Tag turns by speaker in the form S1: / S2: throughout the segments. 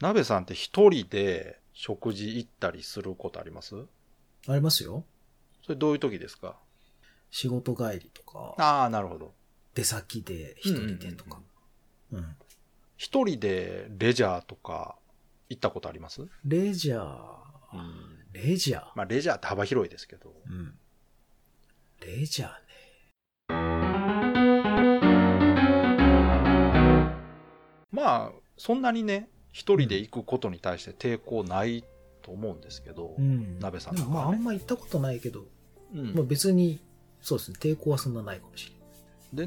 S1: 鍋さんって一人で食事行ったりすることあります
S2: ありますよ。
S1: それどういう時ですか
S2: 仕事帰りとか、
S1: ああ、なるほど。
S2: 出先で一人でとか。うん。
S1: 一人でレジャーとか行ったことあります
S2: レジャー、レジャー。
S1: まあ、レジャーって幅広いですけど。
S2: うん。レジャーね。
S1: まあ、そんなにね、一人で行くことに対して抵抗ないと思うんですけど
S2: う。ん。
S1: 鍋さん
S2: で
S1: とか
S2: も
S1: ね
S2: まああんま行ったことないけど、
S1: うん
S2: まあ別に、そうですね、抵抗はそんなないかもしれない。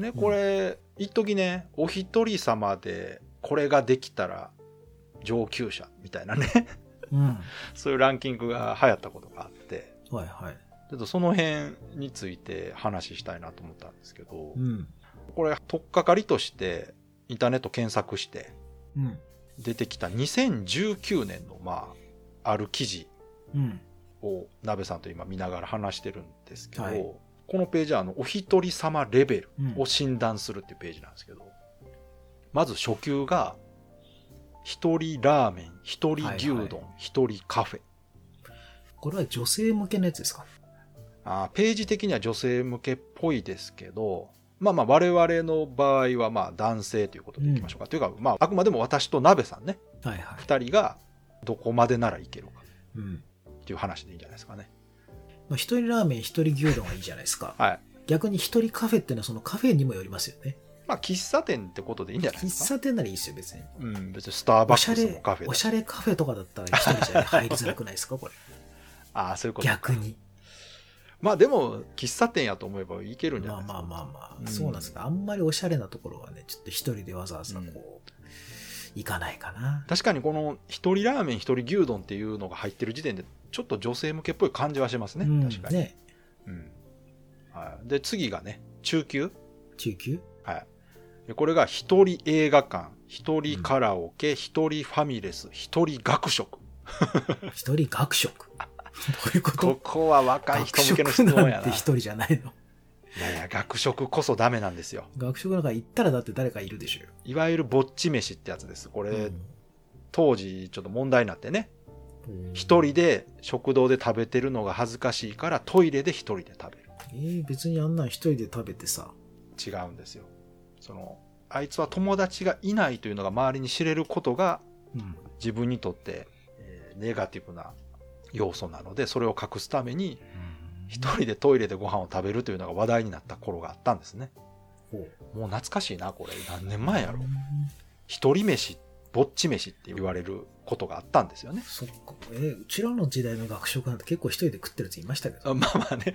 S1: でね、これ、一時ね、お一人様でこれができたら上級者みたいなね、
S2: うん。
S1: そういうランキングが流行ったことがあって、
S2: はいはい。
S1: ちょっとその辺について話したいなと思ったんですけど、
S2: うん。
S1: これ、とっかかりとして、インターネット検索して、
S2: うん。
S1: 出てきた2019年の、まあ、ある記事
S2: うん。
S1: を、鍋さんと今見ながら話してるんですけど、
S2: はい
S1: このページは、あの、お一人様レベル
S2: うん
S1: を診断するっていうページなんですけど、まず初級が、一人ラーメン、一人牛
S2: はいは
S1: 丼、一人カフェ。
S2: これは女性向けのやつですか
S1: あーページ的には女性向けっぽいですけど、まあまあ我々の場合はまあ男性ということでいきましょうか。というか、まああくまでも私と鍋さんね、
S2: はいはい。
S1: 二人がどこまでならいけるか
S2: うん。
S1: っていう話でいいんじゃないですかね。
S2: まあ一人ラーメン、一人牛丼はいいじゃないですか。
S1: はい。
S2: 逆に一人カフェっていうのはそのカフェにもよりますよね。
S1: まあ喫茶店ってことでいいんじゃないです
S2: 喫
S1: か。
S2: 茶店ならいいですよ、別に。
S1: うん、別にスターバッ
S2: おしゃ
S1: クスも
S2: れ
S1: カフェ、
S2: お
S1: だ
S2: し
S1: し。
S2: ゃれカフェとかだったら一人じゃ入りづらくないですか、これ。
S1: ああ、そういう こと。
S2: 逆に。
S1: まあでも、喫茶店やと思えばいけるんじゃ
S2: ま
S1: な
S2: あ
S1: いです
S2: ま
S1: か。
S2: あまあまあ、
S1: うん
S2: そうなんですが、あんまりおしゃれなところはね、ちょっと一人でわざわざこう、
S1: うん
S2: 行かないかな。
S1: 確かにこの一人ラーメン一人牛丼っていうのが入ってる時点で、ちょっと女性向けっぽい感じはしますね。
S2: うん
S1: 確かに。
S2: ね。
S1: うんはい、で次がね中級、
S2: 中級
S1: はい、でこれが一人映画館一人カラオケ一人ファミレス一人学食
S2: 一人学 食。どういうこ
S1: ことこは若い
S2: 学
S1: 人向けの質
S2: 食
S1: 問
S2: な
S1: やな
S2: んて一人じゃないの。
S1: いやいや学食こそダメなんですよ
S2: 学食なんか行ったらだって誰かいるでしょうよ。
S1: いわゆるぼっち飯ってやつですこれ、
S2: うん
S1: 当時ちょっと問題になってね
S2: うん
S1: 一人で食堂で食べてるのが恥ずかしいからトイレで一人で食べる
S2: えー別にあんなん一人で食べてさ、
S1: 違うんですよそのあいつは友達がいないというのが周りに知れることが
S2: うん、
S1: 自分にとって、えーネガティブな要素なのでそれを隠すために一人でトイレでご飯を食べるというのが話題になった頃があったんですね
S2: ほ
S1: もう懐かしいなこれ何年前や
S2: う
S1: ろ一人飯ぼっち飯って言われることがあったんですよね
S2: そっかえーうちらの時代の学食なんて結構一人で食ってるやついましたけど
S1: あまあまあね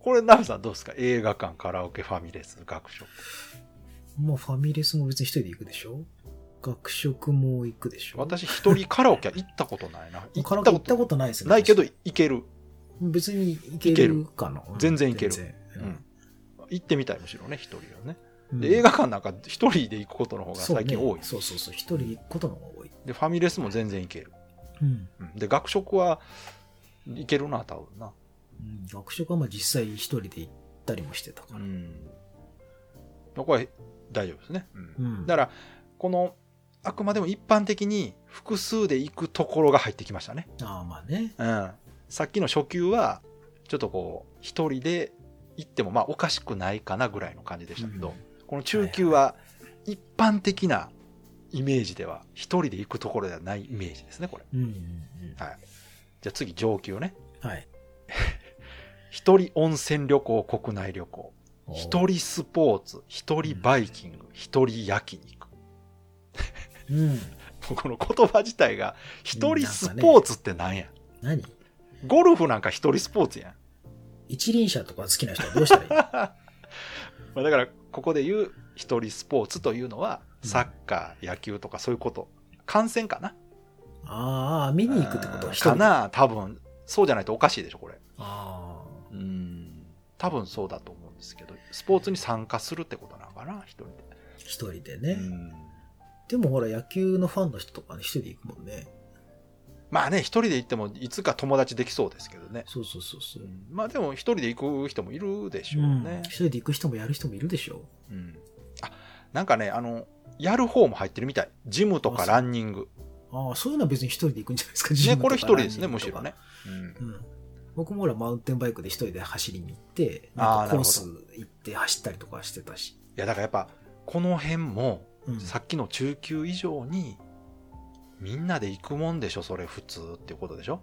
S1: これナムさんどうですか映画館カラオケファミレス学食
S2: もうファミレスも別に一人で行くでしょ学食も行くでしょ
S1: 私一人カラオケは行ったことないな行
S2: カラ
S1: っ
S2: オ
S1: た
S2: ケ行
S1: こ
S2: った
S1: と
S2: ことないですね
S1: ないけど行ける、
S2: 別に行け
S1: いけ
S2: る
S1: る
S2: かなうん
S1: 全然いける
S2: 全
S1: う
S2: 然
S1: ん、行ってみたいむしろね一人はね
S2: うん
S1: で映画館なんか一人で行くことの方が
S2: そうね
S1: 最近多い、
S2: そうそうそう一人で行くことの方が多い、
S1: でファミレスも全然行ける、
S2: うん
S1: うんで学食は行けるな多分な、
S2: うん学食はまあ実際一人で行ったりもしてたから、
S1: ここは大丈夫ですね、うん
S2: うん
S1: だからこのあくまでも一般的に複数で行くところが入ってきましたね、
S2: ああまあね
S1: うん、さっきの初級はちょっとこう一人で行ってもまあおかしくないかなぐらいの感じでしたけど、この中級は一般的なイメージでは一人で行くところではないイメージですねこれ
S2: うんうんうん
S1: じゃあ次上級ね
S2: はい
S1: 一人温泉旅行国内旅行一
S2: 人
S1: 人スポーツ一人バイキング一人焼肉
S2: うん
S1: この言葉自体が一人スポーツってなんや
S2: 何
S1: ゴルフなんか一人スポーツやん、
S2: 一輪車とか好きな人はどうした らいい
S1: まあ、だからここで言う一人スポーツというのは
S2: うん
S1: サッカー野球とかそういうこと観戦かな
S2: ああ、見に行くってこと
S1: あー
S2: 一人
S1: か
S2: であ
S1: な多分そうじゃないとおかしいでしょこれ
S2: あ。
S1: うん多分そうだと思うんですけどスポーツに参加するってことなのかな一人
S2: 一人
S1: で、
S2: でね、
S1: うん
S2: でもほら、野球のファンの人とかね、一人で行くもんね。
S1: まあね一人で行ってもいつか友達できそうですけどね
S2: そうそうそうそうう。
S1: んまあでも一人で行く人もいるでしょう
S2: うん
S1: ね
S2: 一。人で行く人もやる人もいるでしょ
S1: うんあなんかねあのやる方も入ってるみたい。ジムとかランニング。
S2: ああ、そういうのは別に一人で行くんじゃないですか、ジ
S1: ね、
S2: ムと
S1: こ
S2: か
S1: れ一人ですね、
S2: ランニン
S1: む
S2: グ
S1: し
S2: とか
S1: ろね。うん
S2: うん、僕もほらマウンテンバイクで一人で走りに行って
S1: あー
S2: なんかコース行って走ったりとかしてたし、
S1: いや、だからやっぱ、この辺も、
S2: うん、
S1: さっきの中級以上に、みんなで行くもんでしょ、それ普通っていうことでしょ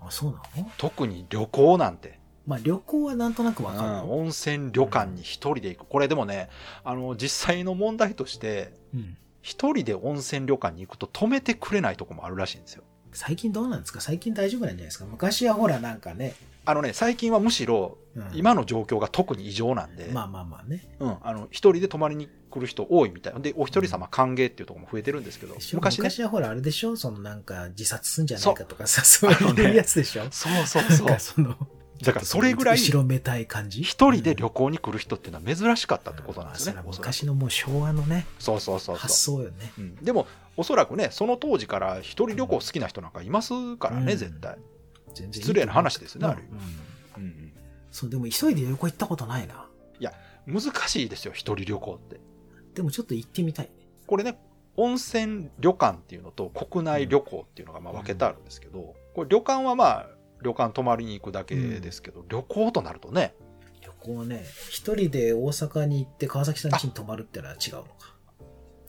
S2: あそうなの
S1: 特に旅行なんて。
S2: まあ旅行はなんとなくわ
S1: う
S2: かる
S1: ん、
S2: の、
S1: 温泉旅館に一人で行く。これでもね、あの、実際の問題として、
S2: うん、
S1: 一人で温泉旅館に行くと止めてくれないとこもあるらしいんですよ。
S2: 最近どうなんですか最近大丈夫なんじゃないですか昔はほらなんかね、
S1: あのね、最近はむしろ、
S2: うん、
S1: 今の状況が特に異常なんで、
S2: まあまあまあね
S1: うん、あの、一人で泊まりに来る人多いみたい。で、お一人様歓迎っていうところも増えてるんですけど、
S2: 昔
S1: 昔ね、
S2: はほらあれでしょそのなんか自殺すんじゃないかとかさそういうやつでしょ
S1: そうそう
S2: な
S1: そ
S2: ん
S1: う。
S2: かその
S1: だからそれぐらい、
S2: 後ろめたい感じ
S1: 一人で旅行に来る人っていうのは珍しかったってことなんですね
S2: まあ。それは
S1: おそらく
S2: 昔のもう昭和のね
S1: そうそうそう
S2: 発
S1: そ
S2: 想よね
S1: う。うん、でも、おそらくね、その当時から一人旅行好きな人なんかいますからね、
S2: うん
S1: 絶対。
S2: 全然いいと思う
S1: 失礼な話ですよね、ある意味
S2: うん
S1: うん
S2: そうでも急いで旅行行ったことないな
S1: うん難しいですよ、一人旅行って。
S2: でもちょっと行ってみたいね
S1: これね、温泉旅館っていうのと国内旅行っていうのがまあ分けてあるんですけど、これ旅館はまあ、旅館泊まりに行くだけですけど、旅行となるとね、
S2: 旅行ね一人で大阪に行って川崎さん家に泊まるってのは違うのか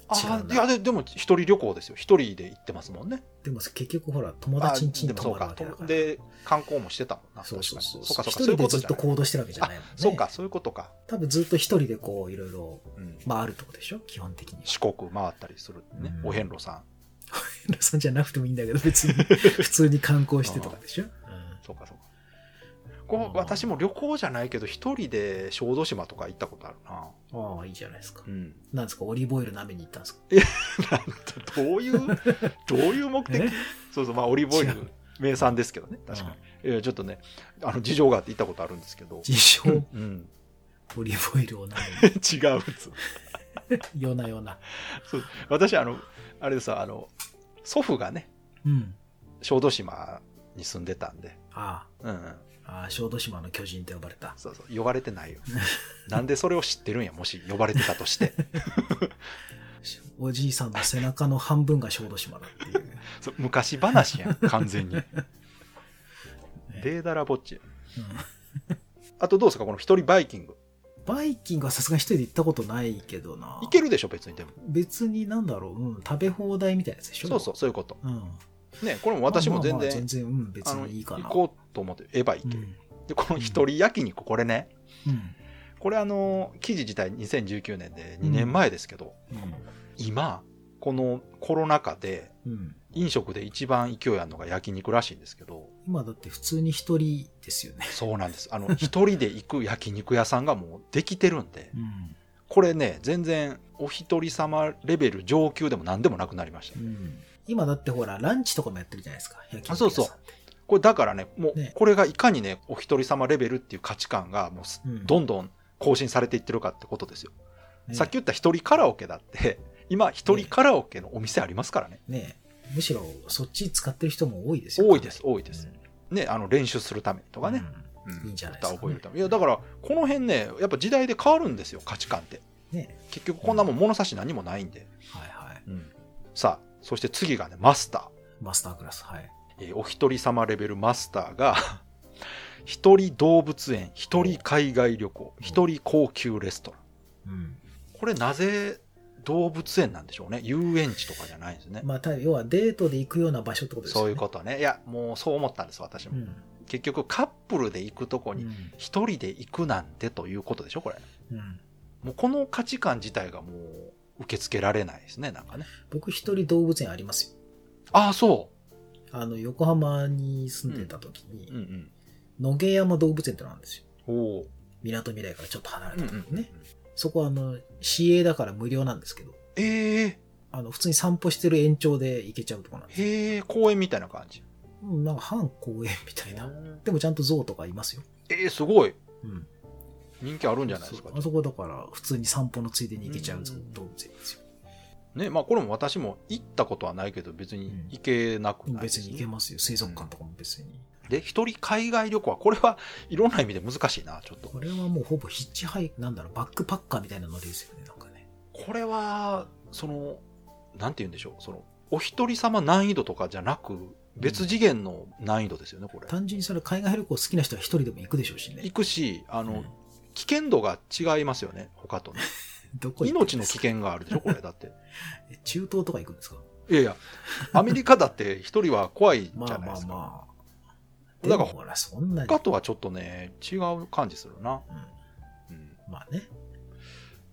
S1: あ
S2: 違う
S1: あ、
S2: ない
S1: やで、でも一人旅行ですよ。一人で行ってますもんね。
S2: でも結局ほら友達ん家
S1: あ
S2: に
S1: でも
S2: 泊
S1: そ
S2: ま
S1: う
S2: る
S1: か
S2: わけだから
S1: で、観光もしてたもんな。
S2: そうそうそう
S1: 確かにそうか、
S2: 一
S1: そうか、そうい
S2: 人
S1: う
S2: で
S1: こと
S2: ずっ
S1: じゃな
S2: と
S1: い。
S2: 行動してるわけじゃないもんね
S1: そうか、そういうことか。
S2: 多分ずっと一人でこういろいろ
S1: うん
S2: 回るってことでしょ基本的に
S1: 四国回ったりするね。
S2: うん
S1: お遍路さん。
S2: 遠慮さんじゃなくてもいいんだけど別 に普通に観光してとかでしょ、
S1: そうか、そうか。こう
S2: あー
S1: 私も旅行じゃないけど、一人で小豆島とか行ったことあるな。
S2: うんああいいじゃないですか
S1: うん。
S2: なんですかオリーブオイル舐めに行ったんです
S1: な
S2: か
S1: んてどういう、どういう目的
S2: え
S1: そうそう、まあ、オリーブオイル
S2: 違う
S1: 名産ですけどね、確か
S2: うん
S1: に。いやちょっとね、あの、事情があって行ったことあるんですけど、
S2: 自称
S1: うん、
S2: オリーブオイルを舐
S1: 違
S2: め
S1: うっつう
S2: にようなような
S1: そう 私、あの、あれさ、あの、祖父がね、
S2: うん
S1: 小豆島に住んでたんで、
S2: あ
S1: うん、うん、
S2: あああ小豆島の巨人と呼ばれた
S1: そうそう、呼ばれて ないよ。なんでそれを知ってるんや、もし呼ばれてたとして。
S2: おじいさんの背中の半分が小豆島だっていう、
S1: そう昔話やん、完全に。
S2: ね
S1: デーダラぼっちや。
S2: うん
S1: あとどうですか、この一人バイキング。
S2: バイキングはさすがに一人で行ったことないけどな
S1: 行けるでしょ、別にでも。
S2: 別になんだろう、うん、食べ放題みたいなやつでしょ
S1: そうそう、そういうこと。
S2: う、うん、
S1: ね、これも私も全
S2: まあまあまあ
S1: 然
S2: 全然、うん、別
S1: あの
S2: にいいかな
S1: 行こうと思ってエヴァ行ける、でこの一人焼肉これね
S2: うん
S1: これあの記事自体2019年で2年前ですけど、今このコロナ禍で
S2: うんうん
S1: 飲食で一番勢いあるのが焼肉らしいんですけど
S2: 今だって普通に一人ですよね、
S1: そうなんですあ の一人で行く焼肉屋さんがもうできてるんで
S2: うん
S1: これね全然お一人様レベル上級でも何でもなくなりました
S2: 今だってほらランチとかもやってるじゃないですか焼肉
S1: あそうそうこれだからねもう
S2: ね
S1: これがいかにねお一人様レベルっていう価値観がもうす
S2: う、うん
S1: どんどん更新されていってるかってことですよ
S2: ね
S1: さっき言った一人カラオケだって、今一人カラオケのお店ありますからね。
S2: ねむしろそっち使ってる人も多いですよ
S1: 多いです、多いです。ね、あの、練習するためにと
S2: と
S1: かね。
S2: いいんじゃないで
S1: 歌を
S2: すかね
S1: 覚えるためにいや、だから、この辺ね、やっぱ時代で変わるんですよ、価値観って。
S2: ね
S1: 結局こんなもん物差し何もないんで。
S2: はいはい
S1: さあ、そして次がね、マスタ
S2: マスタークラスはい
S1: ー。えーお一人様レベルマスターが、 一人動物園、一人海外旅行、一人高級レストラン。
S2: うん
S1: これなぜ動物園なんでしょうね。遊園地とかじゃないんですね。
S2: まあた要はデートで行くような場所ってことですよね
S1: そういうことね。いや、もうそう思ったんです、私も。
S2: うん
S1: 結局、カップルで行くとこ
S2: う
S1: に、
S2: ん
S1: 一人で行くなんてということでしょ、これ。
S2: うん
S1: もうこの価値観自体がもう、受け付けられないですね、なんかね。
S2: 僕一人動物園ありますよ
S1: ああ、そ
S2: あの横浜に住んでた時
S1: う。うん
S2: に
S1: うん。
S2: 野毛山動物園ってのがあるんですよ
S1: おお。
S2: みなとみらいからちょっと離れ
S1: うん
S2: た
S1: う
S2: ところね、
S1: ん。ね。
S2: そこはあの市営だから無料なんですけど
S1: ええ
S2: あの普通に散歩してる延長で行けちゃうとこなんですよ
S1: へえ、公園みたいな感じ。
S2: うんなんか半公園みたいなでもちゃんと象とかいますよ、
S1: ええ、すごい。
S2: うん、
S1: 人気あるんじゃないですか
S2: そう。あそこだから普通に散歩のついでに行けちゃう
S1: うん
S2: 動物園ですよ。
S1: ね、まあこれも私も行ったことはないけど、別に行けなくないで
S2: 別
S1: す
S2: に行けますよ。水族館とかも別に。
S1: で、一人海外旅行は、これはいろんな意味で難しいな、ちょっと。
S2: これはもうほぼヒッチハイ、なんだろう、バックパッカーみたいなノリですよね、なんかね。
S1: これは、その、なんて言うんでしょう、その、お一人様難易度とかじゃなく、別次元の難易度ですよね、これ。
S2: 単純にそれ海外旅行好きな人は一人でも行くでしょうしね
S1: 行。くし、あ
S2: う
S1: の
S2: ん、
S1: 危険度が違いますよね、他 とね。
S2: どこ行く
S1: 命
S2: ん
S1: の
S2: で
S1: 危
S2: すか
S1: 険があるでしょ、これ、だって。
S2: え中東とか行くんですか
S1: いやいや、アメリカだって一人は怖いじ
S2: ま
S1: ゃ
S2: あ
S1: ない
S2: ま
S1: で
S2: あ
S1: すか。
S2: まあ。
S1: だから
S2: でもほら、そんなに。
S1: 他とはちょっとね、違う感じするな。
S2: うん
S1: うん
S2: まあね。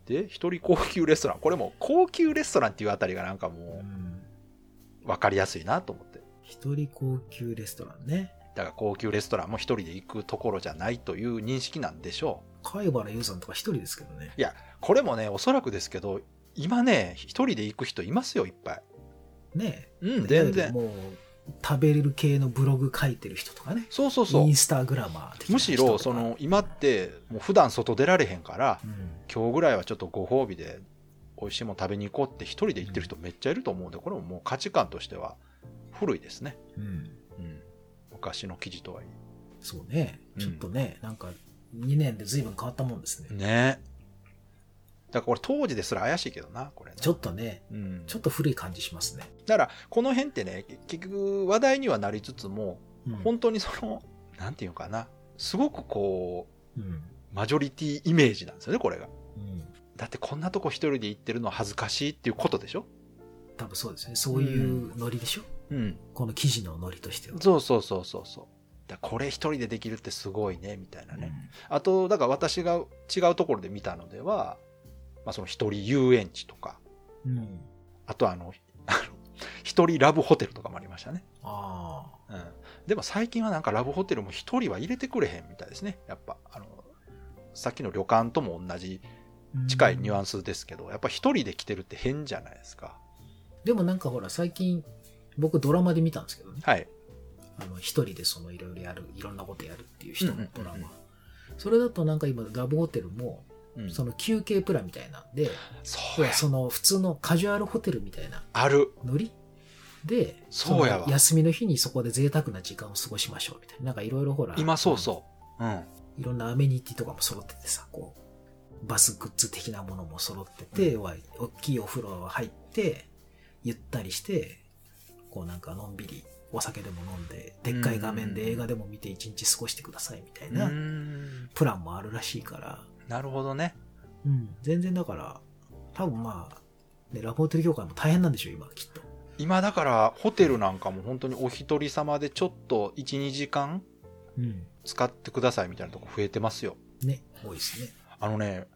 S1: で、一人高級レストラン。これも高級レストランっていうあたりがなんか
S2: う
S1: も
S2: ん
S1: う分かりやすいなと思って。
S2: 一人高級レストランね。
S1: だから高級レストランも一人で行くところじゃないという認識なんでしょ
S2: 貝原優さんとか一人ですけどね。
S1: う。これもね、おそらくですけど、今ね、一人で行く人いますよ、いっぱい。
S2: ね
S1: うん、
S2: え
S1: 全
S2: だけど
S1: 然。
S2: もう、食べれる系のブログ書いてる人とかね。
S1: そうそうそう
S2: イン。スタグラマー的な
S1: む
S2: 人
S1: し
S2: とか
S1: ろ、そ、の、今って、もう普段外出られへんから、
S2: うん
S1: 今日ぐらいはちょっとご褒美で美味しいもの食べに行こうって一人で行ってる人めっちゃいると思うんで、これももう価値観としては古いですね。
S2: うん
S1: うん。昔の記事とはい
S2: そうね。
S1: うん
S2: ちょっとね、なんか、2年で随分変わったもんですね
S1: え。。ねだからこれ当時ですら怪しいけどな、これね、
S2: ちょっとね、
S1: うん。
S2: ちょっと古い感じしますね。
S1: だから、この辺ってね、結局話題にはなりつつも、
S2: うん
S1: 本当にその、なんていうのかな、すごくこ
S2: うん
S1: う、マジョリティイメージなんですよね、これが。
S2: うん
S1: だってこんなとこ一人で行ってるのは恥ずかしいっていうことでしょ
S2: 多分そうですね。そういうノリでしょ、
S1: うん。
S2: この記事のノリとしては。
S1: そうそうそうそうそう。だからこれ一人でできるってすごいね、みたいなね。あと、だから私が違うところで見たのでは、まあその一人遊園地とか、
S2: うん。うん
S1: あとはあの、あの一人ラブホテルとかもありましたね。
S2: ああ。
S1: うん。でも最近はなんかラブホテルも一人は入れてくれへんみたいですね。やっぱ、あの、さっきの旅館とも同じ近いニュア
S2: ンス。
S1: ンスですけど、やっぱ一人で来てるって変じゃないですか。
S2: でもなんかほら、最近、僕ドラマで見たんですけどね。
S1: はい。
S2: あの、一人でそのいろいろやる、いろんなことやるっていう人
S1: うんうんう
S2: の
S1: んう
S2: ド
S1: ん
S2: ラマ。それだとなんか今、ラブホテルも、
S1: うん、
S2: その休憩プランみたいなんで、
S1: そう
S2: 要
S1: や
S2: は。その普通のカジュアルホテルみたいな
S1: ある。
S2: ノリで、
S1: そうやわ
S2: その休みの日にそこで贅沢な時間を過ごしましょうみたいな。なんかいろいろほら、
S1: 今そうそう。うん。
S2: う。いろんなアメニティとかも揃っててさ、こう、バスグッズ的なものも揃ってて、要は大きいお風呂入って、ゆったりして、こうなんかのんびりお酒でも飲んで、でっかい画面で映画でも見て一日過ごしてくださいみたいう
S1: ー
S2: なんプランもあるらしいから、
S1: なるほどね。
S2: うん、全然だから、多分まあ、ね、ラボホテル業界も大変なんでしょう、今、きっと。
S1: 今だからホテルなんかも本当にお一人様でちょっと12時間
S2: うん。
S1: 使ってくださいみたいなとこ増えてますよ
S2: ね、多いですね。
S1: あのね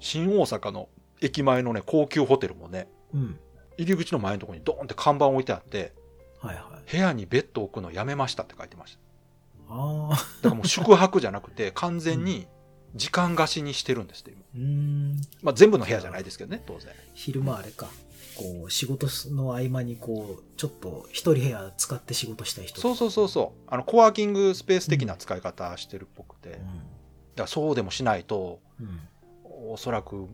S1: 新大阪の駅前のね高級ホテルもね
S2: うん。
S1: 入り口の前のところにドーンって看板置いてあって
S2: はいはい。
S1: 部屋にベッド置くのやめましたって書いてました
S2: ああ、
S1: だからもう宿泊じゃなく て完全に時間貸しにしてるんですって今、
S2: うーん。
S1: まあ、全部の部屋じゃないですけどね当然
S2: 昼間あれか。こう、仕事の合間に、こう、ちょっと一人部屋使って仕事したい人
S1: そうそ
S2: そ
S1: うそうそうあのコワーキングスペース的な使い方してるっぽくてだからそうでもしないと
S2: うん。うん。
S1: おそらく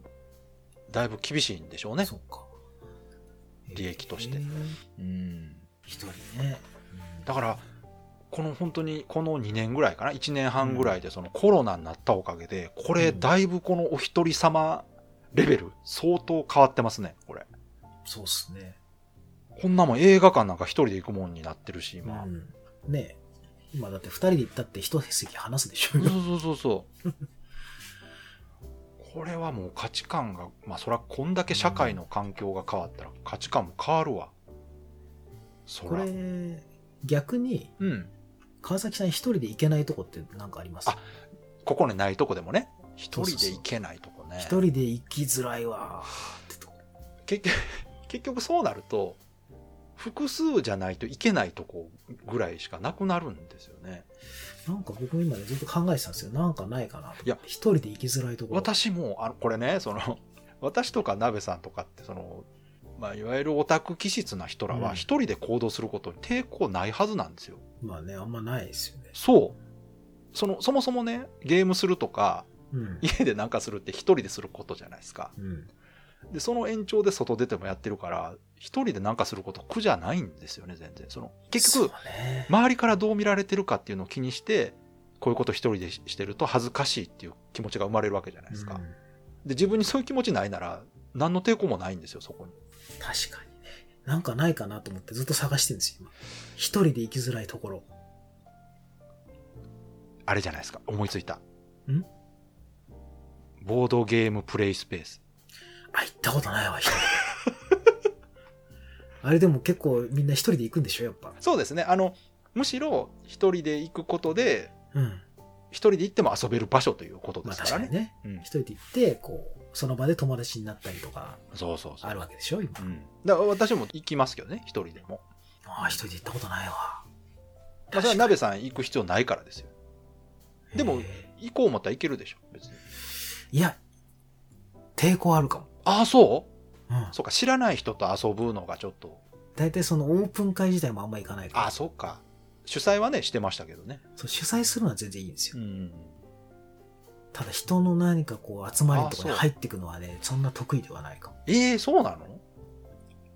S1: だいぶ厳しいんでしょうね
S2: そうか。
S1: 利益として
S2: えー
S1: うん
S2: 一人ね。うん
S1: だからこの本当にこの2年ぐらいかな1年半ぐらいでそのコロナになったおかげでこれ
S2: うん
S1: だいぶこのお一人様レベル相当変わってますねこれ
S2: そうっすね。
S1: こんなもん映画館なんか一人で行くもんになってるし今、
S2: うん。ね今だって二人で行ったって一席話すでしょう
S1: そう
S2: よ。
S1: そうそうそうこれはもう価値観がまあそらこんだけ社会の環境が変わったら価値観も変わるわそ
S2: こ
S1: ら
S2: れ、逆に、
S1: うん
S2: 川崎さん一人で行けないとこってなんかあります
S1: あここにないとこでもね一
S2: そうそ
S1: 人
S2: うそう
S1: で行けないとこね
S2: 一人で行きづらいわーってとこ。
S1: 結局 結局そうなると複数じゃないといけないとこぐらいしかなくなるんですよね
S2: なんか僕も今ねずっと考えてたんですよ。なんかないかなと思って。
S1: いや
S2: 一人で行きづらいところ。
S1: 私もあのこれねその 私とか鍋さんとかってその、まあ、いわゆるオタク気質な人ら
S2: う
S1: は
S2: ん
S1: 一人で行動することに抵抗ないはずなんですよ、
S2: まあね、あんまないですよね。
S1: そうそのそもそもねゲームするとか
S2: うん。
S1: 家でなんかするって一人ですることじゃないですか
S2: うん。
S1: でその延長で外出てもやってるから一人でなんかすること苦じゃないんですよね全然その結
S2: そう
S1: 局
S2: ね。
S1: 周りからどう見られてるかっていうのを気にしてこういうこと一人でしてると恥ずかしいっていう気持ちが生まれるわけじゃないですか、
S2: うん
S1: で自分にそういう気持ちないなら何の抵抗もないんですよ、そこに。
S2: 確かにね。なんかないかなと思ってずっと探してるんですよ、今。一人で行きづらいところ。
S1: あれじゃないですか、思いついた。
S2: ん
S1: ボードゲームプレイスペース。
S2: あ、行ったことないわ、一人で。 あれでも結構みんな一人で行くんでしょ、やっぱ。
S1: そうですね、あの、むしろ一人で行くことで、
S2: うん。
S1: 一人で行っても遊べる場所ということで
S2: まあ
S1: すか
S2: 確
S1: ら
S2: か
S1: ね。
S2: にね。
S1: うん
S2: 一、人で行って、こう、その場で友達になったりとか、
S1: そうそうそう。
S2: あるわけでしょ、今。
S1: うん、だから私も行きますけどね、一人でも。
S2: ああ、一人で行ったことないわ。
S1: まあ、それは鍋さん行く必要ないからですよ。でも
S2: へえ
S1: 行こう思ったら行けるでしょ、別に。
S2: いや、抵抗あるかも。
S1: ああ、そう
S2: うん。
S1: そうか、知らない人と遊ぶのがちょっと。
S2: 大体そのオープン会自体もあんま行かないから。
S1: ああ、そうか。主催はね、してましたけどね。
S2: そう主催するのは全然いいんですよ。
S1: ん。
S2: ただ人の何かこう集まりのとか
S1: あ
S2: に
S1: そう
S2: 入っていくのはね、そんな得意ではないかも。
S1: ええそうなの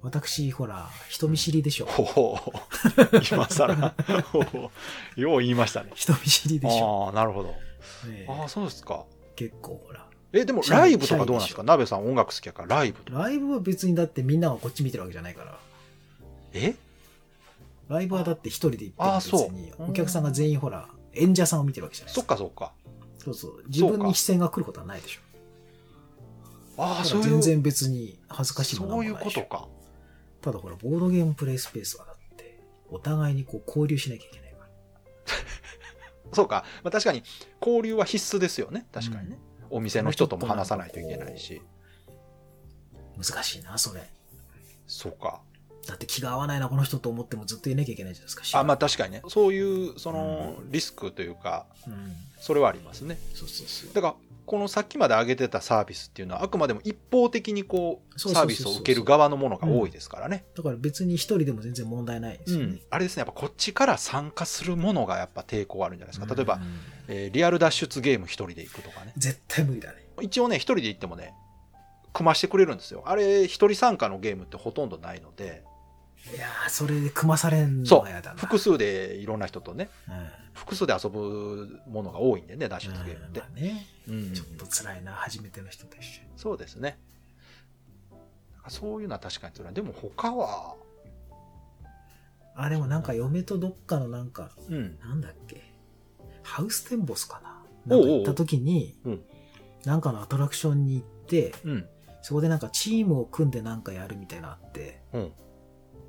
S2: 私、ほら、人見知りでしょ。
S1: ほほ 今更。ほほよう言いましたね。
S2: 人見知りでしょ。
S1: ああ、なるほど。
S2: ねえ
S1: ああ、そうですか。
S2: 結構ほら。
S1: え、でも
S2: シャイ
S1: ライブとかどうなんですか
S2: シャイでしょ
S1: 鍋さん音楽好きやから、ライブとか。
S2: ライブは別にだってみんながこっち見てるわけじゃないから。
S1: え
S2: ライブはだって一人で行
S1: あ
S2: って
S1: そ
S2: も
S1: う
S2: 別に、お客さんが全員ほら、演者さんを見てるわけじゃないで
S1: そ
S2: す
S1: っ
S2: か。
S1: かそっか。
S2: そうそう。自分に視線が来ることはないでしょ。
S1: ああ、
S2: だ
S1: そ
S2: か
S1: う
S2: ら
S1: いう
S2: 全。然別に恥ずかしいもの
S1: そう
S2: も
S1: い
S2: な
S1: う
S2: いでしょ
S1: ことか。
S2: ただほら、ボードゲームプレイスペースはだって、お互いにこう交流しなきゃいけないから。
S1: そうか。まあ、確かに、交流は必須ですよね。確かにね。お店の人とも話さないといけないし。
S2: 難しいな、それ。
S1: そうか。
S2: だって気が合わないな、この人と思ってもずっといなきゃいけないじゃないですか。
S1: あ、まあ確かにね。そういう、その、リスクというか、
S2: うん。
S1: それはありますね。
S2: そうそうそう。
S1: だから、このさっきまで挙げてたサービスっていうのは、あくまでも一方的にこう、
S2: そうそうそうそう
S1: サービスを受ける側のものが多いですからね。
S2: だから別に一人でも全然問題ないんですよね。
S1: あれですね、やっぱこっちから参加するものがやっぱ抵抗あるんじゃないですか。例え
S2: う
S1: ば、
S2: ん
S1: えーリアル脱出ゲーム一人で行くとかね。
S2: 絶対無理だね。
S1: 一応ね、一人で行ってもね、組ましてくれるんですよ。あれ、一人参加のゲームってほとんどないので、
S2: いやー、それで組まされんの
S1: そ
S2: がやだ
S1: う、
S2: な。
S1: 複数でいろんな人とね、
S2: うん。うん
S1: 複数で遊ぶものが多いんでね、脱出ゲームって
S2: ま。あね、
S1: うん
S2: ちょっと辛いな、初めての人と一緒に。
S1: そうですね。なんかそういうのは確かに辛い。でも他は、
S2: あ、でもなんか嫁とどっかのなんか、
S1: うん。
S2: なんだっけ、ハウステンボスかな。なんか行った時に、
S1: おうおう
S2: なんかのアトラクションに行って、
S1: うん。
S2: そこでなんかチームを組んでなんかやるみたいなのあって、
S1: うん。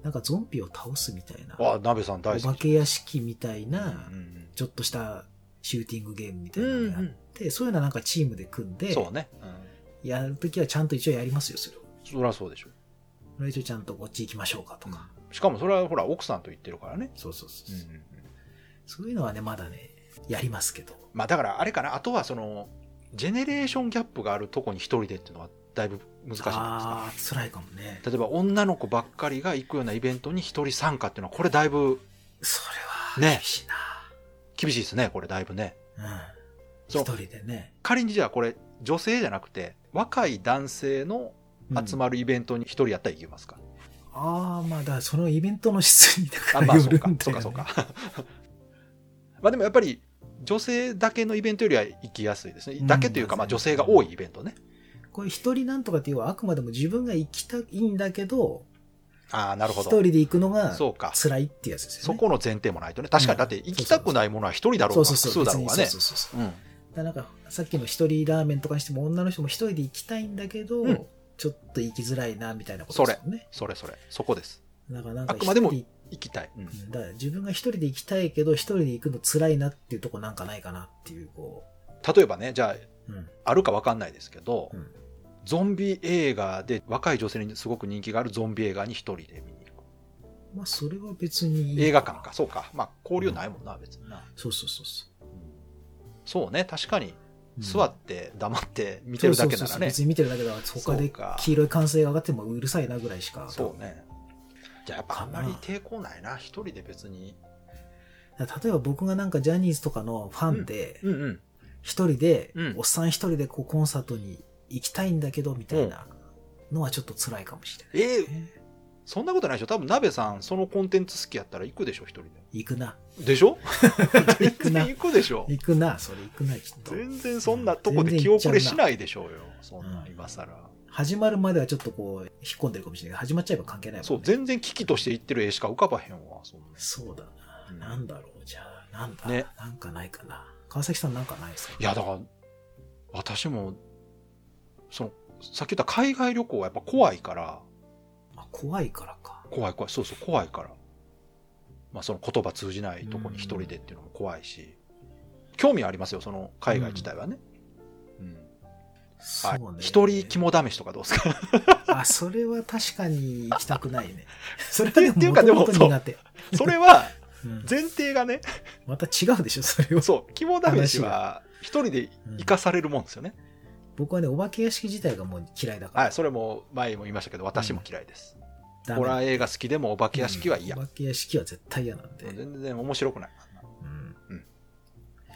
S2: なんかゾンビを倒すみたいな、
S1: あ、鍋さん大
S2: お
S1: 好
S2: 化
S1: き。
S2: け屋敷みたいな
S1: う、ん
S2: ちょっとしたシューティングゲームみた
S1: う
S2: い
S1: ん
S2: なの
S1: う
S2: やっ
S1: ん。
S2: て、そういうのはなんかチームで組んで、
S1: そうね。
S2: やるときはちゃんと一応やりますよ、それを。
S1: そりゃそうでしょ。
S2: それ一応ちゃんとこっち行きましょうかとか。
S1: しかもそれはほら、奥さんと言ってるからね。
S2: そうそうそうそう。そういうのはね、まだね、やりますけど。
S1: まあだからあれかな、あとはその、ジェネレーションギャップがあるとこに一人でっていうのはだいぶ難しいんじゃないですか。
S2: ああー、辛いかもね。
S1: 例えば女の子ばっかりが行くようなイベントに一人参加っていうのは、これだいぶ
S2: それは、
S1: ね
S2: 厳しいな。
S1: 厳しいですね、これだいぶね。
S2: うん。
S1: そ
S2: 一
S1: う
S2: 人でね。
S1: 仮にじゃあこれ、女性じゃなくて、若い男性の集
S2: る。
S1: まるイベントに一人やったら行けます か、
S2: ああ、まあ、だからそのイベントの質にだか
S1: あま
S2: ら
S1: あ
S2: よ
S1: そう
S2: る
S1: か
S2: んだよ、ね。
S1: そうかそうか。 まあでもやっぱり女性だけのイベントよりは行きやすいですね。
S2: うん
S1: だけというか、まあ女性が多いイベントね。
S2: これ一人なんとかっていうのはあくまでも自分が行きたいんだけど、
S1: ああ、なるほ
S2: 一
S1: ど。
S2: 人で行くのが
S1: そうか。
S2: 辛いっていうやつです
S1: そ
S2: よね。
S1: この前提もないとね。確かにだって行きたくないものは一人だろう
S2: そう
S1: が、
S2: そう
S1: 複
S2: そ
S1: 数
S2: う。
S1: だろう
S2: 別
S1: が
S2: に
S1: ね。
S2: そうそうそう
S1: うん。
S2: だからなんかさっきの一人ラーメンとかにしても女の人も一人で行きたいんだけど、
S1: うん
S2: ちょっと行きづらいなみたいなことですよね。
S1: それそれ。そこです。
S2: だからなんか
S1: あくまでも
S2: 一人
S1: 行きたい。うん
S2: うんだから自分が一人で行きたいけど一人で行くの辛いなっていうとこなんかないかなっていうこ
S1: 例えばね、じゃ
S2: う、うん、
S1: あ、あるかわかんないですけど
S2: うん、
S1: ゾンビ映画で若い女性にすごく人気があるゾンビ映画に一人で見に行く。
S2: まあそれは別にいい
S1: 映画館か。そうか。まあ交流ないもんな、別にな。
S2: そうそうそうそ
S1: そうね、確かに。
S2: う
S1: 座って黙って見てるだけ
S2: そ
S1: な
S2: うそう
S1: ら
S2: そう
S1: ね
S2: 別。に見てるだけだから他
S1: そう
S2: で
S1: か
S2: 黄色い歓声が上がってもうるさいなぐらいしか
S1: そうね。じゃあやっぱあんまり抵抗ないな。一人で別に。
S2: だから例えば僕がなんかジャニーズとかのファンで
S1: うんうん。
S2: 一、人で、
S1: うん
S2: おっさん一人でこうコンサートに行きたいんだけどみたいなのはちょっと辛いかもしれない、
S1: えーそんなことないでしょ多分、鍋さん、そのコンテンツ好きやったら行くでしょ一人
S2: 行くな
S1: で。でしょ全
S2: くな
S1: 然 行くでしょ
S2: 行くなそれ行くなきっと
S1: 全然そんなとこで気遅れしないでしょうよ。そんな、今更。
S2: 始まるまではちょっとこう、引っ込んでるかもしれないけど、始まっちゃえば関係ないもんね。
S1: そう、全然危機として言ってる絵しか浮かばへんわ、そんな
S2: そうだな。なんだろう、じゃあ、なんだ、
S1: ね
S2: なんかないかな。川崎さんなんかないですか
S1: いや、だから、私も、その、さっき言った海外旅行はやっぱ怖いから、
S2: あ怖いからか。
S1: 怖い怖い、そうそう、怖いから。まあ、その言葉通じないとこに一人でっていうのも怖いし、興味はありますよ、その海外自体はね。うん。
S2: そ
S1: は
S2: うね
S1: い。。一人肝試しとかどうですか
S2: あ、それは確かに行きたくないね。それは
S1: っていうか
S2: でも、もともと
S1: でも
S2: 苦手。
S1: それは、
S2: うん
S1: 前提がね、
S2: また違うでしょ、それは。
S1: そう、肝試しは一人で
S2: うん
S1: 生かされるもんですよね。
S2: 僕はね、お化け屋敷自体がもう嫌いだから。
S1: はい、それも前も言いましたけど、私も嫌いです。
S2: ダメ
S1: ホラー映画好きでもお化け屋敷は嫌。
S2: うんお化け屋敷は絶対嫌なんで。
S1: もう全然面白くない。
S2: うん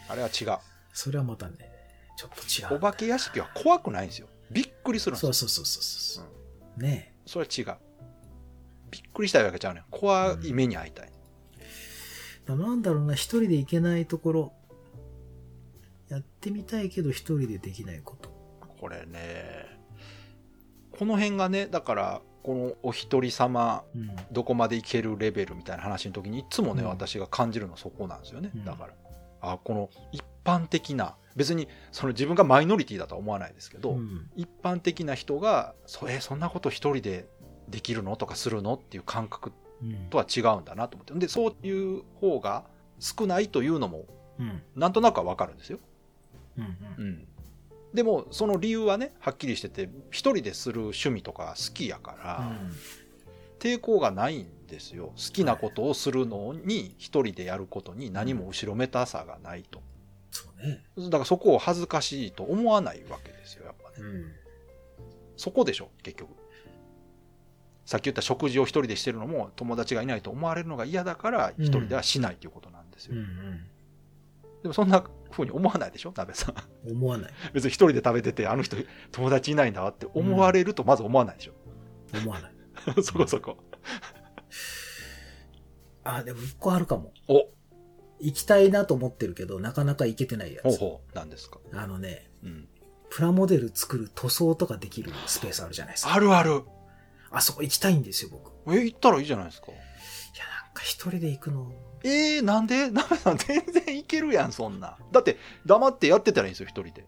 S1: あれは違う。
S2: それはまたね、ちょっと違
S1: お
S2: う。
S1: 化け屋敷は怖くないんですよ。びっくりするんです
S2: そ
S1: よ
S2: う。そうそうそうそう。ね
S1: それは違う。びっくりしたいわけちゃうねん。怖い目に遭いたい。
S2: え。なんだろうな、一人で行けないところ。やってみたいけど、一人でできないこと。
S1: これね、この辺がね、だから、このお一人様、
S2: うん。
S1: どこまでいけるレベルみたいな話の時にいつもね、
S2: うん
S1: 私が感じるのはそこなんですよね、
S2: うん
S1: だからあこの一般的な別にその自分がマイノリティだとは思わないですけど、
S2: うん
S1: 一般的な人がそえそんなこと一人でできるのとかするのっていう感覚
S2: うん
S1: とは違うんだなと思ってでそういう方が少ないというのも
S2: うん
S1: なんとなくは分かるんですよ、
S2: うんうん
S1: うん、でもその理由はねはっきりしてて一人でする趣味とか好きやから、抵抗がないんですよ好きなことをするのに一人でやることに何も後ろめたさがないと
S2: そうね。
S1: だからそこを恥ずかしいと思わないわけですよやっぱね
S2: うん。
S1: そこでしょ結局さっき言った食事を一人でしてるのも友達がいないと思われるのが嫌だから
S2: うん
S1: 一人ではしないということなんです
S2: う
S1: よ、
S2: ん
S1: でもそんな風に思わないでしょ鍋さん
S2: うん。思わない。
S1: 別に一人で食べててあの人友達いないんだわって思われるとまず思わないでしょ、
S2: 思わない。
S1: そこそこ
S2: あ、でも一個あるかも。
S1: お
S2: 行きたいなと思ってるけど、なかなか行けてないや
S1: ほう
S2: つ。
S1: ほうなんですか、
S2: あのね、
S1: うん、
S2: プラモデル作る塗装とかできるスペースあるじゃないですか。
S1: あるある
S2: あそこ行きたいんですよ、僕。い
S1: え行ったらいいじゃないですか
S2: や、なんか一人で行くの。
S1: えー、なんで なべさん全然いけるやんそんなだって黙ってやってたらいいんですよ一人で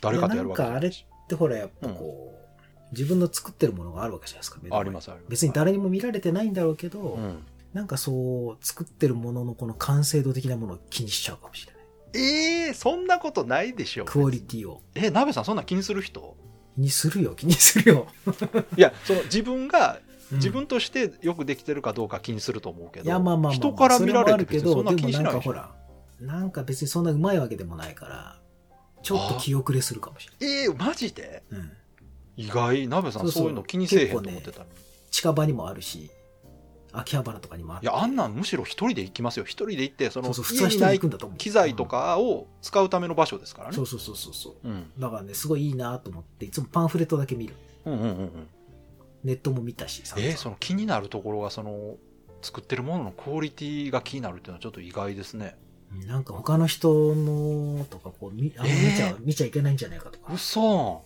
S1: 誰かとやるわけじゃないし
S2: で、ほら、やっぱこう、自分の作ってるものがあるわけじゃないですか。目の
S1: あ
S2: 前
S1: ありますあります
S2: 別に誰にも見られてないんだろうけど、
S1: うん、
S2: なんかそう、作ってるもののこの完成度的なものを気にしちゃうかもしれない。
S1: えー、そんなことないでしょ
S2: クオリティを。
S1: えなべさんそんな気にする人
S2: 気にするよ、気にするよ。
S1: いやその自分が
S2: うん
S1: 自分としてよくできてるかどうか気にすると思うけど、
S2: いや、まあまあまあまあ、
S1: 人から見られて別
S2: そ
S1: に
S2: も
S1: そ
S2: あ
S1: んな気にし
S2: でも
S1: ないで
S2: んか
S1: し
S2: ほ
S1: ょ
S2: ら、なんか別にそんなうまいわけでもないから、ちょっと気遅れするかもし
S1: えー、マジで
S2: れない。うん。
S1: 意外なべさん
S2: そ
S1: そうう
S2: そう
S1: いうの気にせえへんと思ってたのに、
S2: 近場にもあるし、秋葉原とかにもある
S1: いやあんなんむしろ一人で行きますよ一人で行ってそ
S2: そ
S1: の
S2: うそう、普通
S1: 家
S2: は
S1: に
S2: 人で
S1: な
S2: 行
S1: い
S2: くんだと思う。
S1: 機材とかを使うための場所ですから
S2: うん。
S1: ね
S2: そうそうそうそうそう。
S1: うん
S2: だからね、すごいいいなと思って、いつもパンフレットだけ見る。
S1: うんうんうんうん
S2: ネットも見たし、散々
S1: えーその気になるところがその作ってるもののクオリティが気になるっていうのはちょっと意外ですね
S2: うんなんか他の人のとか、こう、みあんま見ちゃう、見ちゃいけないんじゃないかとか。
S1: 嘘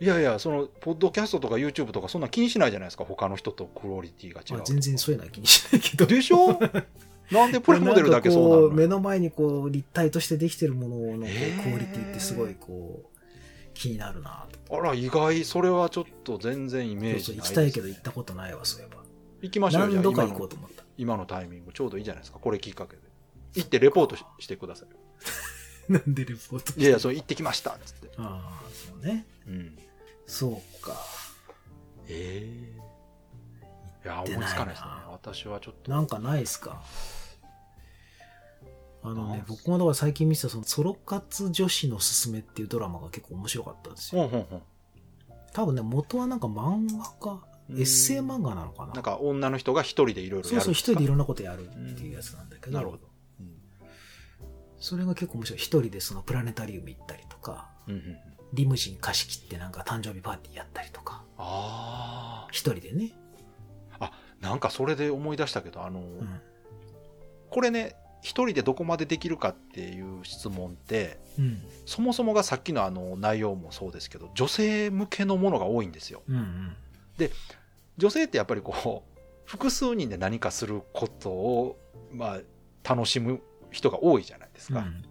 S1: いやいやそのポッドキャストとか YouTube とかそんな気にしないじゃないですか他の人とクオリティが違
S2: ま
S1: う
S2: あ全然そういうのは気にしな いけど。
S1: でしょなんでプラモデルだけそうな
S2: 目
S1: の
S2: の前にこう、立体としてできてるもののこうクオリ
S1: えー
S2: ティってすごいこう、気になるなと。
S1: あら意外それはちょっと全然イメー
S2: そ
S1: ジない
S2: うそう行
S1: です
S2: きたいけど行ったことないわ、そういえば。
S1: 行きましょう
S2: 何
S1: よ
S2: 度
S1: じゃ
S2: か
S1: あ
S2: 行
S1: 今
S2: こう
S1: の
S2: と思った。
S1: 今のタイミングちょうどいいじゃないですかこれきっかけで行ってレポートししてください
S2: なんでレポート
S1: いやいやそう行ってきましたっつって
S2: ああ、そうね。
S1: うん
S2: そうか。
S1: ええいや、
S2: って
S1: 思
S2: ない
S1: い
S2: な
S1: つかないですね。私はちょっと。
S2: なんかないっすかあの
S1: な
S2: ね
S1: い、
S2: 僕もだから最近見てたそのソロ活女子のすすめっていうドラマが結構面白かったんですよ。
S1: んほんほん。
S2: 多分ね、元はなんか漫画か、エ
S1: うん
S2: ッセイ漫画なのかな
S1: なん。か女の人が一人でいろいろ
S2: そう
S1: やるんですか。
S2: そう、一人でい
S1: ろ。
S2: ろんなことやるっていうやつなんだけど、
S1: なるほど。うん
S2: それが結構面白い。一人でそのプラネタリウム行ったりとか、
S1: うんうんうん。
S2: リムジン貸し切ってなんか誕生日パーティーやったりとか、
S1: あ
S2: 一人でね。
S1: あ。なんかそれで思い出したけど、あの、
S2: うん。
S1: これね、一人でどこまでできるかっていう質問って
S2: うん
S1: そもそもがさっきのあの内容もそうですけど女性向けのものが多いんですよ
S2: うんうん
S1: 女性ってやっぱりこう複数人で何かすることをまあ楽しむ人が多いじゃないですか、
S2: うん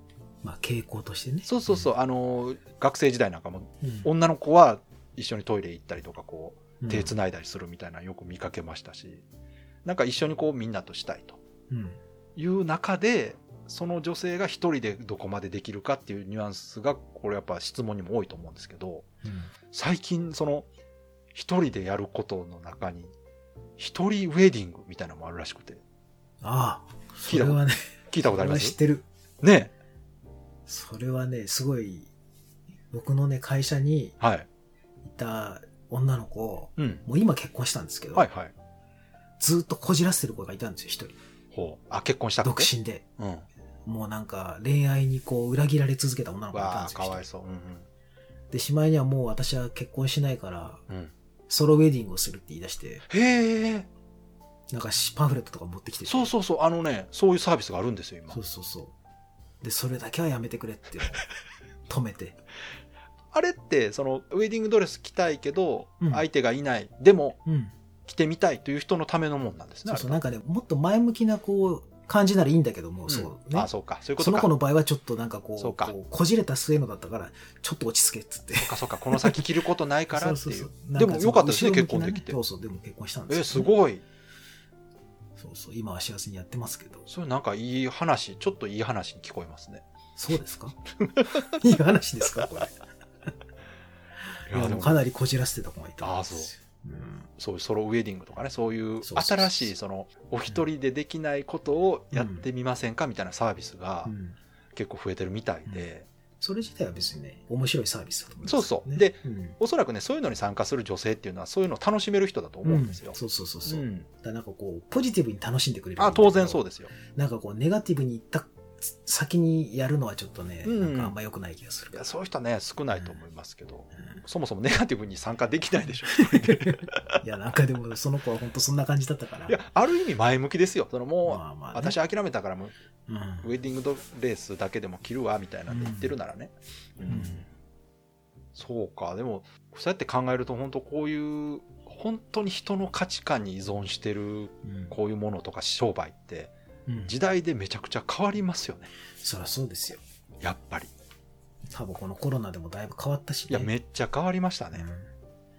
S2: まあ傾向としてね
S1: そうそうそうあのあの学生時代なんかも
S2: うん、うん
S1: 女の子は一緒にトイレ行ったりとかこ
S2: う
S1: うん手つないだりするみたいなのよく見かけましたしなんか一緒にこうみんなとしたいと
S2: うん
S1: いう中でその女性が一人でどこまでできるかっていうニュアンスがこれやっぱ質問にも多いと思うんですけど
S2: うん
S1: 最近その一人でやることの中に一人ウェディングみたいなのもあるらしくて
S2: ああそ
S1: 聞い
S2: れ
S1: たこと
S2: はね
S1: 聞いたことありま
S2: 俺知っ
S1: す
S2: てる
S1: ね
S2: それはねすごい僕のね会社に
S1: はい、
S2: いた女の子
S1: うん、
S2: もう今結婚したんですけど、
S1: はいはい
S2: ずっとこじらせてる子がいたんですよ一人
S1: ほうあ結婚した
S2: 独
S1: 子
S2: 身で
S1: うん
S2: もうなんか恋愛にこう裏切られ続けた女の子がいたん
S1: わ
S2: で
S1: あ
S2: すよ
S1: かわ
S2: 一
S1: いそうう
S2: 人でしまいにはもう私は結婚しないから
S1: んうん、うん、
S2: ソロウェディングをするって言い出して
S1: へえ
S2: なんかパンフレットとか持ってきてて
S1: そうそうそうあのねそういうサービスがあるんですよ今
S2: そうそうそうでそれだけはやめてくれっていうのを止 めて
S1: あれってそのウェディングドレス着たいけど、
S2: うん
S1: 相手がいないでも
S2: うん
S1: 着てみたいという人のためのもんなんですね
S2: そうそう
S1: あ
S2: なんかねもっと前向きなこう感じならいいんだけども、
S1: れ
S2: そう
S1: うん
S2: ね
S1: あそうかそういうこ
S2: そ
S1: と
S2: の
S1: か
S2: 子の場合はちょっとなんかこう
S1: そうか
S2: こうこじれた末のだったからちょっと落ち着けっつって
S1: そうかそうかこの先着ることないからっていう
S2: そそそなん
S1: でもよかったですね
S2: 後ろ向きな
S1: 結婚できて
S2: そうそうでも結婚したんです
S1: えす
S2: い
S1: ごい
S2: そうそう今は幸せにやってますけど
S1: それなんかいい話ちょっといい話に聞こえますね
S2: そうですか いい話ですかこれいやでもかなりこじらせてた子がいたんですよ
S1: そういうソロウェディングとかねそういう
S2: そうそうそう
S1: 新しいそのお一人でできないことをやってみませんかみたいなサービスが
S2: うんうん
S1: 結構増えてるみたいで、
S2: それ自体は別にね面白いサービスだと思います
S1: そうそう
S2: ね
S1: で
S2: うん
S1: おそらくねそういうのに参加する女性っていうのはそういうのを楽しめる人だと思うんですよ
S2: うん、そうそうそうそう、
S1: う
S2: だか
S1: ん
S2: らなんかこうポジティブに楽しんでくれる
S1: あ当然そう
S2: で
S1: ですよ
S2: すなんかこうネガティブに行った先にやるのはちょっとね、
S1: うん
S2: なんかあんま良くない気がする
S1: いやそういう人はね少ないと思いますけど、
S2: うん
S1: そもそもネガティブに参加できないでしょ
S2: いや、なんかでも、その子は本当そんな感じだったから。
S1: いやある意味前向きですよそのもう、
S2: まあまあ、ね、
S1: 私諦めたからもう
S2: うん、
S1: ウェディングドレースだけでも着るわみたいなんで言ってるならね、
S2: う
S1: うん
S2: ん。
S1: そうかでもそうやって考えると本当こういう本当に人の価値観に依存してる
S2: うん
S1: こういうものとか商売って
S2: うん
S1: 時代でめちゃくちゃ変わりますよね
S2: そりゃそうですよ。
S1: やっぱり
S2: 多分このコロナでもだいぶ変わったし、ね。
S1: いやめっちゃ変わりましたね、
S2: うん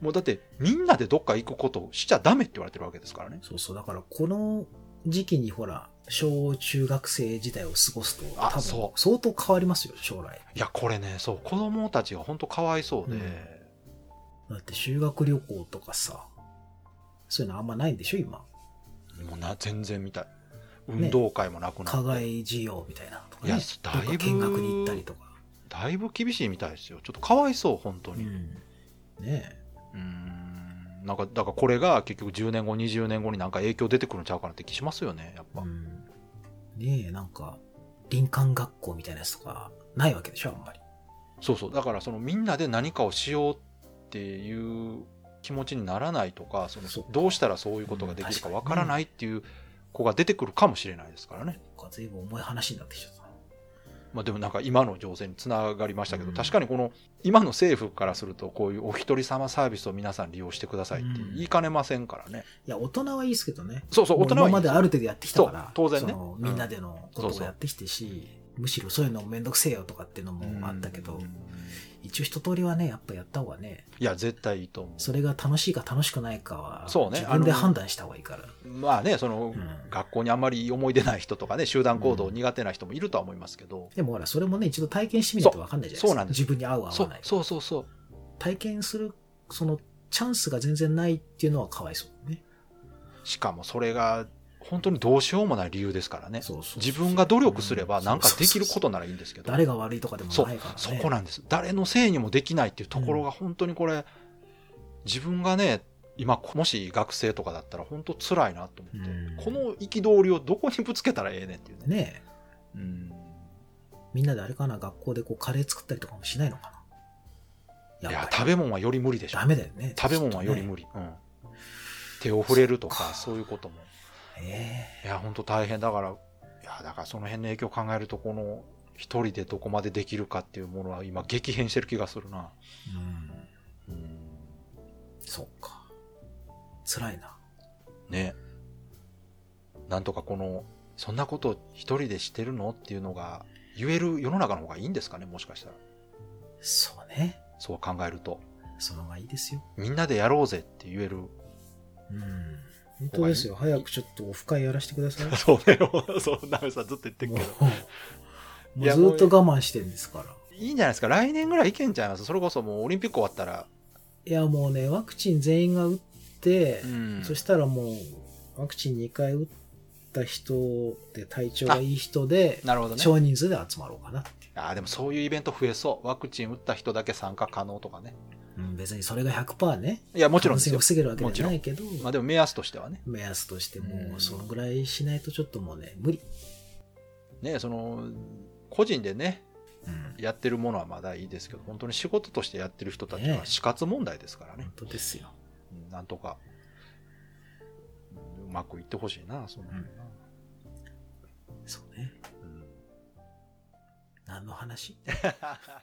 S1: もうだってみんなでどっか行くことをしちゃダメって言われてるわけですからね
S2: そうそう。だから、この時期にほら、小中学生時代を過ごすと、
S1: あ
S2: 多分
S1: そ、う
S2: 相当変わりますよ、将来。
S1: いやこれねそう子供たちが本当かわいそうで、
S2: うんだって、修学旅行とかさ、そういうのあんまないんでしょ、今。
S1: もうな全然みたい運動会もなくなって、
S2: 課外授業みたいなのとか、
S1: いや
S2: ね。
S1: だいぶ
S2: どっか見学に行ったりとか。
S1: だいぶ厳しいみたいですよちょっとかわいそう本当
S2: う
S1: に
S2: ん。ね
S1: うーんなんかだからこれが結局10年後20年後になんか影響出てくるんちゃうかなって気しますよねやっ
S2: え。
S1: ぱ、
S2: うん。ねえ、なんか、林間学校みたいなやつとか、ないわけでしょ、あんまり。
S1: そうそうだからそのみんなで何かをしようっていう気持ちにならないとかその
S2: そう
S1: どうしたらそういうことができるか
S2: うん
S1: わ
S2: 確かに
S1: からないっていう子が出てくるかもしれないですからね、
S2: なんか随分重い話になってきちゃったな。
S1: まあ、でもなんか今の情勢につながりましたけど、
S2: うん
S1: 確かにこの今の政府からするとこういうお一人様サービスを皆さん利用してくださいって言いかねませんからね、
S2: いや、大人はいいですけどね。
S1: そうそう大人
S2: もう
S1: はいい
S2: 今まで
S1: です
S2: ある程度やってきたから、
S1: そう当然ね
S2: その
S1: うん
S2: みんなでのこ
S1: そう
S2: と
S1: そう
S2: をやってきてし、むしろそういうのもめんどくせえよとかっていうのもあったけど、
S1: うん
S2: 一応一通りはね、やっぱやった方がね、
S1: いや絶対いいと思う
S2: それが楽しいか楽しくないかは、
S1: そうね
S2: 自分で
S1: あの
S2: 判断した方がいいから。
S1: まあねその、
S2: うん
S1: 学校にあんまり思い出ない人とかね集団行動苦手な人もいるとは思いますけど、
S2: でもほら、それもね、一度体験してみないと分かんないじゃないですか。
S1: そうなんです
S2: 自分に合う合
S1: そ
S2: わ
S1: う
S2: ない。
S1: そうそうそう
S2: 体験する、その、チャンスが全然ないっていうのはかわいそうね。
S1: しかもそれが本当にどうしようもない理由ですからね
S2: そうそうそう
S1: 自分が努力すれば
S2: うん
S1: なんかできる
S2: そうそうそう
S1: ことならいいんですけど
S2: 誰が悪いとかでも
S1: そう
S2: ないからね。
S1: そこなんです誰のせいにもできないっていうところが本当にこれ、自分がね今もし学生とかだったら本当辛いなと思って、
S2: うん
S1: この憤りをどこにぶつけたらええねんっていうね、
S2: ねえ
S1: うん
S2: みんなであれかな、学校でこうカレー作ったりとかもしないのかな。
S1: い
S2: やっ
S1: や
S2: ぱり
S1: 食べ物はより無理でしょ
S2: ダメだよね。
S1: 食べ物はより
S2: きっ
S1: 無理、うん、手を触れると
S2: そっ
S1: か
S2: か
S1: そういうことも
S2: とね。え
S1: いや本当大変だからいや、だからその辺の影響を考えると、この一人でどこまでできるかっていうものは今激変してる気がするな。
S2: うん。
S1: うん
S2: そっか。辛いな。
S1: ね。なんとかこの、そんなこと一人でしてるのっていうのが言える世の中の方がいいんですかね、もしかしたら。
S2: そうね。
S1: そう考えると。
S2: その方がいいですよ。
S1: みんなでやろうぜって言える。
S2: うん。本
S1: 当ですよ
S2: 早くちょっとオフ会やらせてくださ い
S1: そうね、そう、なべさんずっと言ってる
S2: も
S1: け
S2: う
S1: ど。い
S2: も
S1: や
S2: うずっと我慢してるんですから。
S1: いいんじゃないですか。来年ぐらいいけんちゃいますそれこそもうオリンピック終わったら。
S2: いや、もうね、ワクチン全員が打って、
S1: ん
S2: そしたらもう、ワクチン2回打った人で体調がいい人で、
S1: なるほどね。
S2: 少人数で集まろうかなって。
S1: あーでもそういうイベント増えそう。ワクチン打った人だけ参加可能とかね。
S2: うん、別にそれが100%ね、
S1: いや、もちろんです
S2: 感染を
S1: よ。
S2: 防げるわけじゃないけど、
S1: まあでも目安としてはね。
S2: 目安として
S1: う
S2: も
S1: ん
S2: う、そのぐらいしないとちょっともうね、無理。
S1: ね、その、個人でね、
S2: うん、
S1: やってるものはまだいいですけど、本当に仕事としてやってる人たち
S2: ね
S1: は死活問題ですからね
S2: 本。当ですよ。
S1: うんなんとか、うんうまくいってほしいな、そんなのな、
S2: そうね。
S1: うん
S2: 何の話
S1: ははは